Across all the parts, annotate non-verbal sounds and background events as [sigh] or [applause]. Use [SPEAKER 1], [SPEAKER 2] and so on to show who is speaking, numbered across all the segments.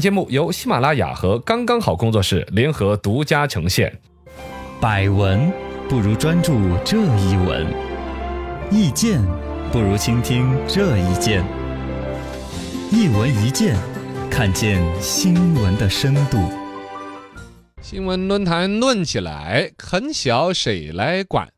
[SPEAKER 1] 节目由喜马拉雅和刚刚好工作室联合独家呈现。
[SPEAKER 2] 百闻不如专注这一闻，意见不如倾听这一见。一闻一见，看见新闻的深度。
[SPEAKER 1] 新闻论坛论起来，啃小谁来管？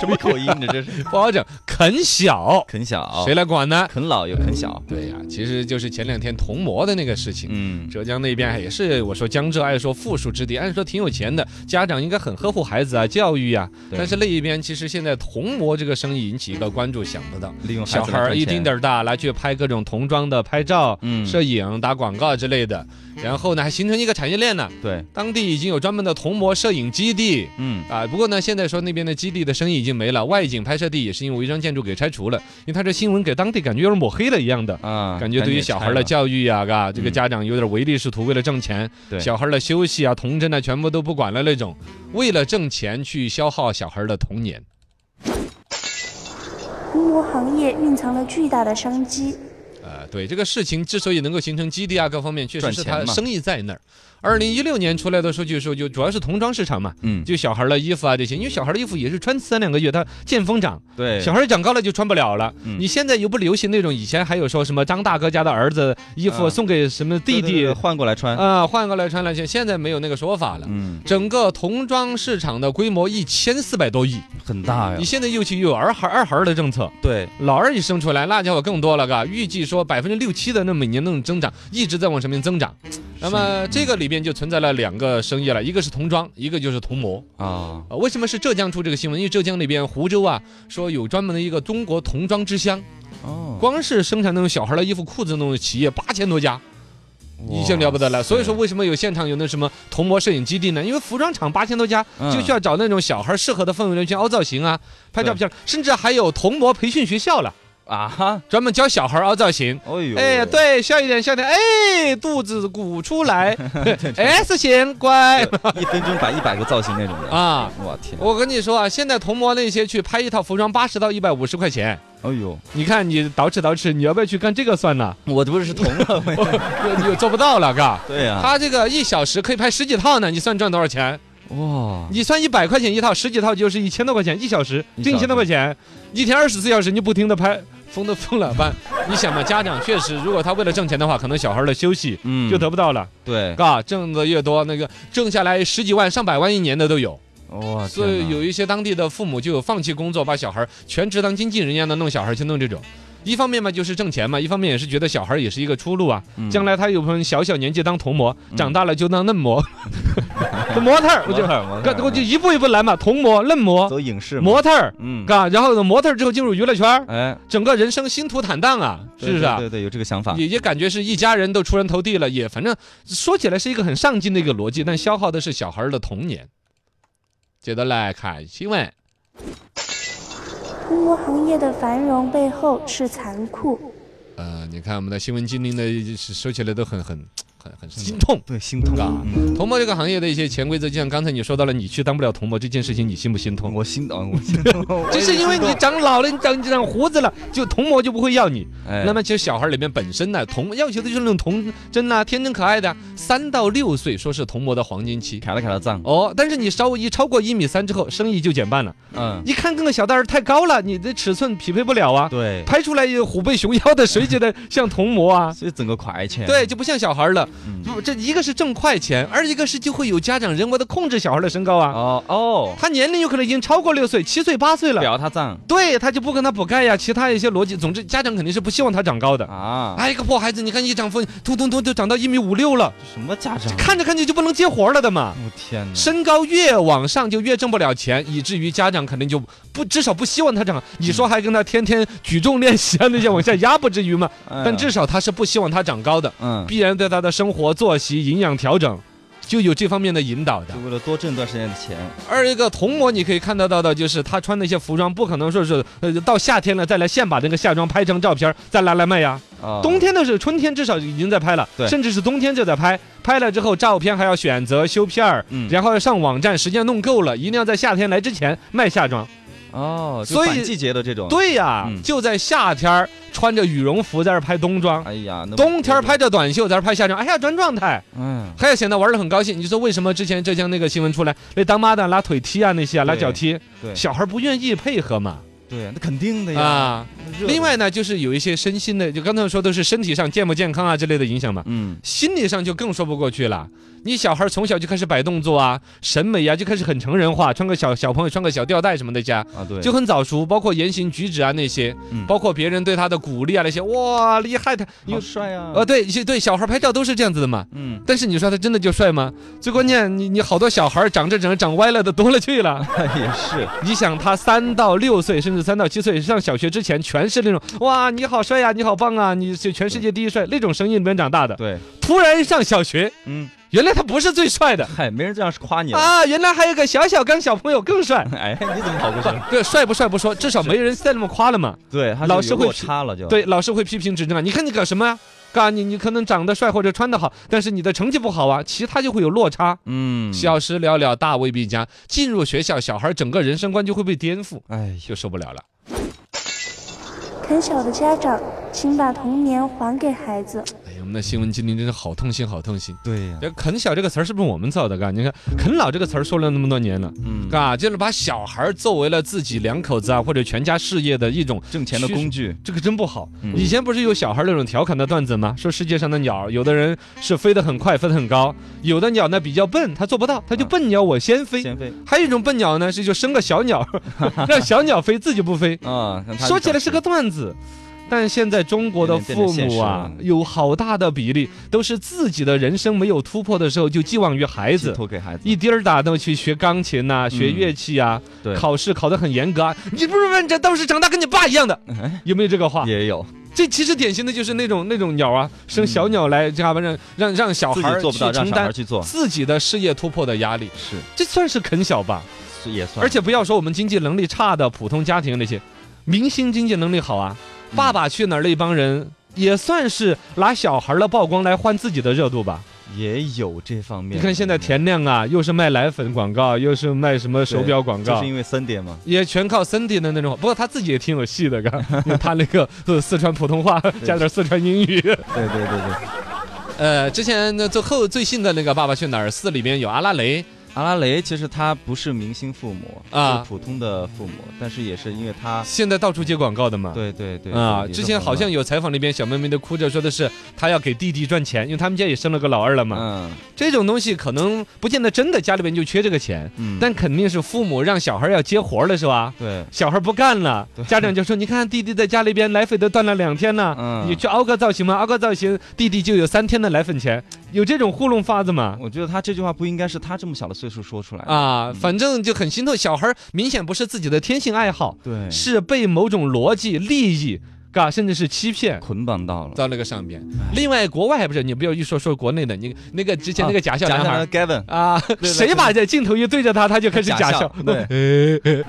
[SPEAKER 3] 什么口音？你这是
[SPEAKER 1] 不好整，啃小
[SPEAKER 3] 啃小
[SPEAKER 1] 谁来管呢？
[SPEAKER 3] 啃老又啃小，
[SPEAKER 1] 对呀、其实就是前两天铜锣的那个事情。
[SPEAKER 3] 嗯，
[SPEAKER 1] 浙江那边也是，我说江浙爱说富庶之地，按说挺有钱的，家长应该很呵护孩子啊，教育啊。
[SPEAKER 3] 嗯对
[SPEAKER 1] 但是那一边其实现在铜锣这个生意引起一个关注，想不到
[SPEAKER 3] 利用孩
[SPEAKER 1] 小
[SPEAKER 3] 子
[SPEAKER 1] 孩儿
[SPEAKER 3] 来
[SPEAKER 1] 一
[SPEAKER 3] 赚
[SPEAKER 1] 丁
[SPEAKER 3] 钱
[SPEAKER 1] 点儿大，拿去拍各种童装的拍照、
[SPEAKER 3] 嗯
[SPEAKER 1] 摄影、打广告之类的，然后呢还形成一个产业链呢。
[SPEAKER 3] 对，
[SPEAKER 1] 当地已经有专门的铜锣摄影基地。
[SPEAKER 3] 嗯，
[SPEAKER 1] 啊，不过呢，现在说那边的基地的生意已经没了，外景拍摄地也是因为违章建筑给拆除了，因为他这新闻给当地感觉有点抹黑了一样的。
[SPEAKER 3] 啊，
[SPEAKER 1] 感觉对于小孩儿的
[SPEAKER 3] 的
[SPEAKER 1] 教育啊，嘎，这个
[SPEAKER 3] 嗯
[SPEAKER 1] 家长有点唯利是图，为了挣钱，
[SPEAKER 3] 对
[SPEAKER 1] 小孩儿的休息啊、童真啊，全部都不管了那种，为了挣钱去消耗小孩儿的童年。
[SPEAKER 4] 铜锣行业蕴藏了巨大的商机。
[SPEAKER 1] 呃，对这个事情之所以能够形成基地啊，各方面确实
[SPEAKER 3] 赚
[SPEAKER 1] 是
[SPEAKER 3] 钱
[SPEAKER 1] 他
[SPEAKER 3] 嘛
[SPEAKER 1] 生意在那儿。二零一六年出来的数据说，就主要是童装市场嘛，
[SPEAKER 3] 嗯，
[SPEAKER 1] 就小孩儿的衣服啊这些，因为小孩儿的衣服也是穿三两个月，它见风长，
[SPEAKER 3] 对，
[SPEAKER 1] 小孩儿长高了就穿不了了。
[SPEAKER 3] 嗯
[SPEAKER 1] 你现在又不流行那种以前还有说什么张大哥家的儿子衣服
[SPEAKER 3] 啊
[SPEAKER 1] 送给什么弟
[SPEAKER 3] 对对
[SPEAKER 1] 弟
[SPEAKER 3] 对换过来穿，
[SPEAKER 1] 啊，换过来穿来去，现在没有那个说法了。
[SPEAKER 3] 嗯，
[SPEAKER 1] 整个童装市场的规模一千四百多亿，
[SPEAKER 3] 很大呀
[SPEAKER 1] 你，现在又去又有儿孩二孩的政策，
[SPEAKER 3] 对，
[SPEAKER 1] 老二一生出来，那家伙更多了，嘎，预计说百分之六七的那每年那种增长，一直在往上面增长。那么这个里边就存在了两个生意了，一个是童装，一个就是童模。
[SPEAKER 3] 啊，
[SPEAKER 1] 啊，为什么是浙江出这个新闻？因为浙江那边湖州啊，说有专门的一个中国童装之乡，
[SPEAKER 3] 哦，
[SPEAKER 1] 光是生产那种小孩的衣服、裤子那种企业八千多家。
[SPEAKER 3] 哇
[SPEAKER 1] 已经了不得了。所以说，
[SPEAKER 3] 塞
[SPEAKER 1] 为什么有现场有那什么铜模摄影基地呢？因为服装厂八千多家，
[SPEAKER 3] 嗯
[SPEAKER 1] 就需要找那种小孩适合的氛围来去凹造型啊，拍照片，甚至还有铜模培训学校了，
[SPEAKER 3] 啊哈，
[SPEAKER 1] 专门教小孩凹造型。
[SPEAKER 3] 哎呦，
[SPEAKER 1] 哎，，对，笑一点，笑一点，哎，肚子鼓出
[SPEAKER 3] [laughs]
[SPEAKER 1] 来哎，S 型，乖
[SPEAKER 3] 一分钟摆一百个造型那种的，
[SPEAKER 1] 啊！
[SPEAKER 3] 我天，
[SPEAKER 1] 我跟你说啊，现在铜模那些去拍一套服装八十到一百五十块钱，
[SPEAKER 3] 哎呦，
[SPEAKER 1] 你看你捯饬捯饬，你要不要去干这个算了？
[SPEAKER 3] 我这不是同了，我
[SPEAKER 1] [laughs] 我你又做不到了，嘎。
[SPEAKER 3] 对啊呀，
[SPEAKER 1] 他这个一小时可以拍十几套呢，你算赚多少钱？
[SPEAKER 3] 哇，
[SPEAKER 1] 你算一百块钱一套，十几套就是一千多块钱，一小时
[SPEAKER 3] 一
[SPEAKER 1] 挣一千
[SPEAKER 3] 小时
[SPEAKER 1] 多块钱，一天二十四小时你不停的拍，疯都疯了吧？你想嘛，家长确实，如果他为了挣钱的话，可能小孩的休息
[SPEAKER 3] 嗯
[SPEAKER 1] 就得不到了，
[SPEAKER 3] 对，
[SPEAKER 1] 嘎、挣的越多，那个挣下来十几万、上百万一年的都有，
[SPEAKER 3] 哇，
[SPEAKER 1] 所以
[SPEAKER 3] 啊天哪
[SPEAKER 1] 有一些当地的父母就有放弃工作，把小孩全职当经纪人一样的弄小孩去弄这种。一方面嘛，就是挣钱嘛；一方面也是觉得小孩也是一个出路啊。
[SPEAKER 3] 嗯
[SPEAKER 1] 将来他有朋友小小年纪当童模，
[SPEAKER 3] 嗯
[SPEAKER 1] 长大了就当嫩
[SPEAKER 3] [laughs]
[SPEAKER 1] 模， [laughs] 模特儿，我
[SPEAKER 3] 模
[SPEAKER 1] 就
[SPEAKER 3] 特儿模特
[SPEAKER 1] 哥，
[SPEAKER 3] 儿
[SPEAKER 1] 我就一步一步来嘛，童模、嫩模、
[SPEAKER 3] 走影视嘛，
[SPEAKER 1] 模特儿，
[SPEAKER 3] 嗯，
[SPEAKER 1] 嘎，然后呢，模特儿之后进入娱乐圈儿，
[SPEAKER 3] 哎，
[SPEAKER 1] 整个人生星途坦荡啊，是不是啊
[SPEAKER 3] 对？对对，有这个想法，
[SPEAKER 1] 也也感觉是一家人都出人头地了，也反正说起来是一个很上进的一个逻辑，但消耗的是小孩儿的童年。接着来看新闻，
[SPEAKER 4] 铜锣行业的繁荣背后是残酷。
[SPEAKER 1] 呃，你看我们的新闻经历呢，是说起来都很很很
[SPEAKER 3] 嗯
[SPEAKER 1] 很心痛。
[SPEAKER 3] 对，心痛
[SPEAKER 1] 嘎
[SPEAKER 3] 嗯
[SPEAKER 1] 童模这个行业的一些潜规则，就像刚才你说到了，你去当不了童模这件事情，你心不心痛？，
[SPEAKER 3] 我心疼，我心疼
[SPEAKER 1] [laughs] 这是因为你长老了，你长你长胡子了，就童模就不会要你。
[SPEAKER 3] 哎，
[SPEAKER 1] 那么其实小孩里面本身呢，童要求的就是那种童真啊、天真可爱的啊。三到六岁说是童模的黄金期。
[SPEAKER 3] 卡了卡了脏，
[SPEAKER 1] 哦，但是你稍微一超过一米三之后，生意就减半了。
[SPEAKER 3] 嗯，
[SPEAKER 1] 一看跟个小蛋儿太高了，你的尺寸匹配不了啊。
[SPEAKER 3] 对，
[SPEAKER 1] 拍出来也虎背熊腰的， [laughs] 谁觉得像童模啊？
[SPEAKER 3] 所以整个快钱，
[SPEAKER 1] 对，就不像小孩了。
[SPEAKER 3] 嗯，
[SPEAKER 1] 不，这一个是挣快钱，二一个是就会有家长人为的控制小孩的身高啊。
[SPEAKER 3] 哦哦，
[SPEAKER 1] 他年龄有可能已经超过六岁、七岁、八岁了，
[SPEAKER 3] 表他脏
[SPEAKER 1] 对他就不跟他补钙呀，其他一些逻辑，总之家长肯定是不希望他长高的。
[SPEAKER 3] 啊，
[SPEAKER 1] 哎，一个破孩子，你看一长风，突突突就长到一米五六了，
[SPEAKER 3] 什么家长？
[SPEAKER 1] 看着看着就不能接活了的嘛。
[SPEAKER 3] 我天哪！
[SPEAKER 1] 身高越往上就越挣不了钱，以至于家长肯定就不至少不希望他长。你说还跟他天天举重练习啊那些往下压，不至于嘛？
[SPEAKER 3] 哎呀
[SPEAKER 1] 但至少他是不希望他长高的，
[SPEAKER 3] 嗯，
[SPEAKER 1] 必然对他的生活作息、营养调整就有这方面的引导的
[SPEAKER 3] 就。为了多挣段时间的钱，
[SPEAKER 1] 二一个童模，你可以看得到的就是他穿那些服装，不可能说是呃到夏天了再来现把那个夏装拍成照片儿再拿来卖呀。
[SPEAKER 3] 啊，
[SPEAKER 1] 冬天的时候，春天至少已经在拍了，
[SPEAKER 3] 对
[SPEAKER 1] 甚至是冬天就在拍。拍了之后，照片还要选择修片儿，
[SPEAKER 3] 嗯
[SPEAKER 1] 然后要上网站，时间弄够了，一定要在夏天来之前卖夏装。
[SPEAKER 3] 哦，就
[SPEAKER 1] 所以
[SPEAKER 3] 反季节的这种，，
[SPEAKER 1] 对呀、
[SPEAKER 3] 嗯
[SPEAKER 1] 就在夏天儿穿着羽绒服在这儿拍冬装，
[SPEAKER 3] 哎呀，那
[SPEAKER 1] 冬天儿拍，着短袖在这儿拍夏装，哎呀，转状态，
[SPEAKER 3] 嗯，
[SPEAKER 1] 还要显得玩的很高兴。你说为什么之前浙江那个新闻出来，那当妈的拉腿踢啊那些啊，拉
[SPEAKER 3] 对
[SPEAKER 1] 脚踢，
[SPEAKER 3] 对
[SPEAKER 1] 小孩儿不愿意配合嘛
[SPEAKER 3] 对，那肯定的呀。
[SPEAKER 1] 啊。
[SPEAKER 3] 那热的
[SPEAKER 1] 另，外呢，就是有一些身心的，就刚才说都是身体上健不健康啊之类的影响嘛。
[SPEAKER 3] 嗯，
[SPEAKER 1] 心理上就更说不过去了。你小孩从小就开始摆动作啊，审美啊就开始很成人化，穿个小小朋友穿个小吊带什么的家，
[SPEAKER 3] 啊，对，
[SPEAKER 1] 就很早熟，包括言行举止啊那些，
[SPEAKER 3] 嗯
[SPEAKER 1] 包括别人对他的鼓励啊那些，哇，厉害他，因
[SPEAKER 3] 好
[SPEAKER 1] 为
[SPEAKER 3] 帅啊，
[SPEAKER 1] 呃，对，是对小孩拍照都是这样子的嘛。
[SPEAKER 3] 嗯， [laughs]
[SPEAKER 1] 但是你说他真的就帅吗？最关键，你你好多小孩长这长长歪了的多了去
[SPEAKER 3] [laughs]
[SPEAKER 1] 了。
[SPEAKER 3] 也是，
[SPEAKER 1] 你想他三到六岁，甚至三到七岁上小学之前，全是那种哇你好帅呀、你好棒啊，你是全世界第一帅那种声音里面长大的。
[SPEAKER 3] 对，
[SPEAKER 1] 突然上小学，
[SPEAKER 3] 嗯，
[SPEAKER 1] 原来他不是最帅的
[SPEAKER 3] 嗨，没人这样夸你
[SPEAKER 1] [laughs]
[SPEAKER 3] 了，。
[SPEAKER 1] 啊！原来还有个小小刚小朋友更帅
[SPEAKER 3] 哎，你怎么跑过去了？
[SPEAKER 1] 对，帅不帅不说，至少没人再那么夸了嘛。
[SPEAKER 3] 对，他
[SPEAKER 1] 老师会
[SPEAKER 3] 落差了就，，
[SPEAKER 1] 对，老师会批评指正啊，你看你搞什么呀、啊？嘎，你你可能长得帅或者穿得好，但是你的成绩不好啊，其他就会有落差。
[SPEAKER 3] 嗯，
[SPEAKER 1] 小时了了，大未必佳。进入学校，小孩整个人生观就会被颠覆，
[SPEAKER 3] 哎
[SPEAKER 1] 就受不了了。
[SPEAKER 4] 很小的家长，请把童年还给孩子。
[SPEAKER 1] 哎呀，我们的新闻今天真是好痛心，好痛心。
[SPEAKER 3] 对呀，
[SPEAKER 1] 这“啃小”这个词儿是不是我们造的？嘎，你看“啃老”这个词儿说了那么多年了，
[SPEAKER 3] 嗯，
[SPEAKER 1] 嘎，就是把小孩儿作为了自己两口子啊或者全家事业的一种
[SPEAKER 3] 挣钱的工具，
[SPEAKER 1] 这个真不好。
[SPEAKER 3] 嗯
[SPEAKER 1] 以前不是有小孩那种调侃的段子吗？说世界上的鸟，有的人是飞得很快，飞得很高；有的鸟呢比较笨，它做不到，它就笨鸟我先飞。
[SPEAKER 3] 嗯先飞
[SPEAKER 1] 还有一种笨鸟呢，是就生个小鸟， [laughs] 让小鸟飞，自己不飞。
[SPEAKER 3] 啊，让他
[SPEAKER 1] 说起来
[SPEAKER 3] 找
[SPEAKER 1] 是个段子。但现在中国的父
[SPEAKER 3] 有点变
[SPEAKER 1] 母啊
[SPEAKER 3] 成现，实了
[SPEAKER 1] 有好大的比例都是自己的人生没有突破的时候，就寄望于孩
[SPEAKER 3] 寄
[SPEAKER 1] 子，
[SPEAKER 3] 托给孩子，
[SPEAKER 1] 一滴儿打都去学钢琴呐、学乐器啊，
[SPEAKER 3] 对
[SPEAKER 1] 考试考得很严格啊。你不是问这当时长大跟你爸一样
[SPEAKER 3] [laughs]
[SPEAKER 1] 的，有没有这个话？
[SPEAKER 3] 也有
[SPEAKER 1] 这其实典型的就是那种那种鸟啊，生小鸟来，这样吧让让让小
[SPEAKER 3] 自
[SPEAKER 1] 孩
[SPEAKER 3] 己
[SPEAKER 1] 儿
[SPEAKER 3] 做
[SPEAKER 1] 去
[SPEAKER 3] 不到，让
[SPEAKER 1] 承
[SPEAKER 3] 小孩
[SPEAKER 1] 担
[SPEAKER 3] 去做，
[SPEAKER 1] 自己的事业突破的压力，
[SPEAKER 3] 是
[SPEAKER 1] 这算是啃小吧？
[SPEAKER 3] 是也算，
[SPEAKER 1] 而且不要说我们经济能力差的普通家庭那些，明星经济能力好啊，《
[SPEAKER 3] 嗯
[SPEAKER 1] 爸爸去哪儿》那帮人也算是拿小孩儿的曝光来换自己的热度吧？
[SPEAKER 3] 也有这方面的。
[SPEAKER 1] 你看现在田亮啊，又是卖奶粉广告，又是卖什么手表广
[SPEAKER 3] 就
[SPEAKER 1] 告
[SPEAKER 3] 是。因为三点嘛，
[SPEAKER 1] 也全靠森迪的那种，不过他自己也挺有戏 [laughs] 的，嘎因为他那个呃四川普通话加点四川英语，
[SPEAKER 3] 对对对对，
[SPEAKER 1] 呃，之前那最后最新的那个《爸爸去哪儿四》里面有阿拉蕾，
[SPEAKER 3] 阿拉蕾其实他不是明星父母
[SPEAKER 1] 啊
[SPEAKER 3] 是普通的父母，但是也是因为他，
[SPEAKER 1] 现在到处接广告的嘛。。
[SPEAKER 3] 对对对
[SPEAKER 1] 啊，
[SPEAKER 3] 对也是
[SPEAKER 1] 之前好像有采访那边小妹妹都哭着说的是她要给弟弟赚钱，因为他们家也生了个老二了
[SPEAKER 3] 红
[SPEAKER 1] 嘛。
[SPEAKER 3] 了嗯
[SPEAKER 1] 这种东西可能不见得真的家里边就缺这个钱，
[SPEAKER 3] 嗯，
[SPEAKER 1] 但肯定是父母让小孩要接活儿了是吧？
[SPEAKER 3] 对
[SPEAKER 1] 小孩不干了
[SPEAKER 3] 对，
[SPEAKER 1] 家长就说：“你看弟弟在家里边奶粉都断了两天了，
[SPEAKER 3] 嗯
[SPEAKER 1] 你去凹个造型嘛，凹个造型，弟弟就有三天的奶粉钱，有这种糊弄法子吗？”
[SPEAKER 3] 我觉得他这句话不应该是他这么小的岁数说出来的，
[SPEAKER 1] 啊，反正就很心痛。小孩儿明显不是自己的天性爱好，
[SPEAKER 3] 对，
[SPEAKER 1] 是被某种逻辑、利益，嘎，甚至是欺骗。
[SPEAKER 3] 捆绑到了。
[SPEAKER 1] 到那个上边，另外国外还不是你不要一说说国内的，你那个之前那个假笑
[SPEAKER 3] 讲
[SPEAKER 1] 男
[SPEAKER 3] 讲
[SPEAKER 1] 孩
[SPEAKER 3] Gavin
[SPEAKER 1] 啊，[laughs]
[SPEAKER 3] 对
[SPEAKER 1] 谁把这镜头一对着他，他就开始假笑。
[SPEAKER 3] 对，
[SPEAKER 1] 哎 [laughs] 哎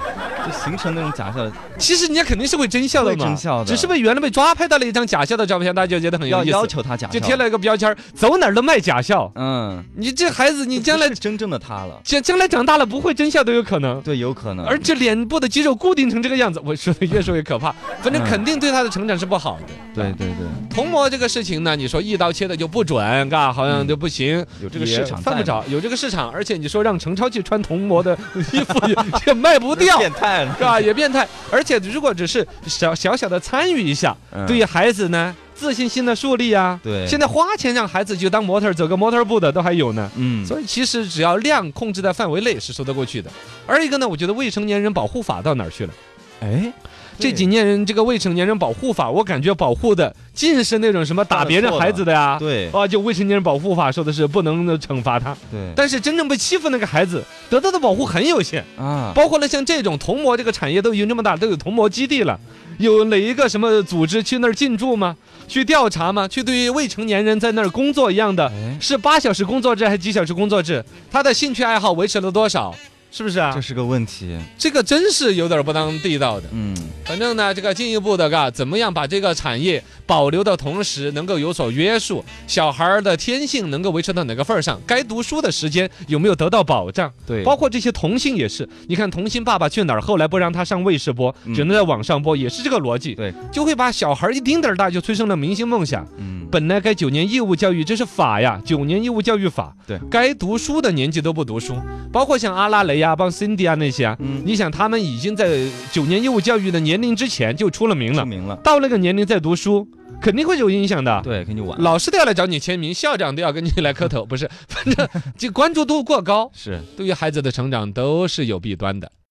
[SPEAKER 3] 就形成那种假笑，
[SPEAKER 1] 其实人家肯定是会真笑的嘛，
[SPEAKER 3] 会真笑的
[SPEAKER 1] 只是被原来被抓拍到了一张假笑的照片，大家就觉得很有
[SPEAKER 3] 要
[SPEAKER 1] 意
[SPEAKER 3] 要
[SPEAKER 1] 思，
[SPEAKER 3] 求他假笑，
[SPEAKER 1] 就贴了一个标签儿，走哪儿都卖假笑。
[SPEAKER 3] 嗯，
[SPEAKER 1] 你这孩子，你
[SPEAKER 3] 这
[SPEAKER 1] 将来
[SPEAKER 3] 不是真正的他了，
[SPEAKER 1] 将将来长大了不会真笑都有可能。
[SPEAKER 3] 对，有可能，
[SPEAKER 1] 而且脸部的肌肉固定成这个样子，我说的越说越可怕，反正肯定对他的成长是不好的。
[SPEAKER 3] 对对对，
[SPEAKER 1] 童模这个事情呢，你说一刀切的就不准，嘎，好像就不行，
[SPEAKER 3] 有这个市场在
[SPEAKER 1] 嗯犯不
[SPEAKER 3] 嘛
[SPEAKER 1] 着，有这个市场，而且你说让程超去穿童模的衣服也 [laughs] 也卖不 [laughs] 掉。
[SPEAKER 3] 变态了，
[SPEAKER 1] 嘎，啊也变态，而且如果只是小小小的参与一下，
[SPEAKER 3] 嗯
[SPEAKER 1] 对于孩子呢自信心的树立啊，
[SPEAKER 3] 对
[SPEAKER 1] 现在花钱让孩子去当模特儿，走个模特儿步的都还有呢，
[SPEAKER 3] 嗯，
[SPEAKER 1] 所以其实只要量控制在范围内是说得过去的。而一个呢，我觉得未成年人保护法到哪儿去了？
[SPEAKER 3] 哎，
[SPEAKER 1] 这几年人这个未成年人保护法，我感觉保护的尽是那种什么打别人孩子的呀。
[SPEAKER 3] 对
[SPEAKER 1] 啊，就未成年人保护法说的是不能惩罚他，
[SPEAKER 3] 对，
[SPEAKER 1] 但是真正被欺负那个孩子得到的保护很有限，
[SPEAKER 3] 啊，
[SPEAKER 1] 包括了像这种童模这个产业都已经这么大，都有童模基地了，有哪一个什么组织去那儿进驻吗？去调查吗？去对于未成年人在那儿工作一样的，
[SPEAKER 3] 哎，
[SPEAKER 1] 是八小时工作制还是几小时工作制？他的兴趣爱好维持了多少？是不是啊
[SPEAKER 3] 这？是个问题。
[SPEAKER 1] 这个真是有点不当地道的。
[SPEAKER 3] 嗯，
[SPEAKER 1] 反正呢，这个进一步的嘎，怎么样把这个产业保留的同时，能够有所约束，小孩儿的天性能够维持到哪个份儿上，该读书的时间有没有得到保障？
[SPEAKER 3] 对，
[SPEAKER 1] 包括这些童星也是，你看《童星爸爸去哪儿》后来不让他上卫视播，
[SPEAKER 3] 嗯
[SPEAKER 1] 只能在网上播，也是这个逻辑。
[SPEAKER 3] 对，
[SPEAKER 1] 就会把小孩儿一丁点儿大就催生了明星梦想。
[SPEAKER 3] 嗯，
[SPEAKER 1] 本来该九年义务教育，这是法呀，九年义务教育法。
[SPEAKER 3] 对
[SPEAKER 1] 该读书的年纪都不读书，包括像阿拉蕾啊、帮 Cindy 啊那些啊，
[SPEAKER 3] 嗯，
[SPEAKER 1] 你想他们已经在九年义务教育的年龄之前就出了名
[SPEAKER 3] 出
[SPEAKER 1] 了，
[SPEAKER 3] 名了，
[SPEAKER 1] 到那个年龄再读书，肯定会有影响的。
[SPEAKER 3] 对，跟你玩
[SPEAKER 1] 老师都要来找你签名，校长都要跟你来磕头，不是，反正就关注度过高，
[SPEAKER 3] 是。
[SPEAKER 1] 对于孩子的成长都是有弊端的。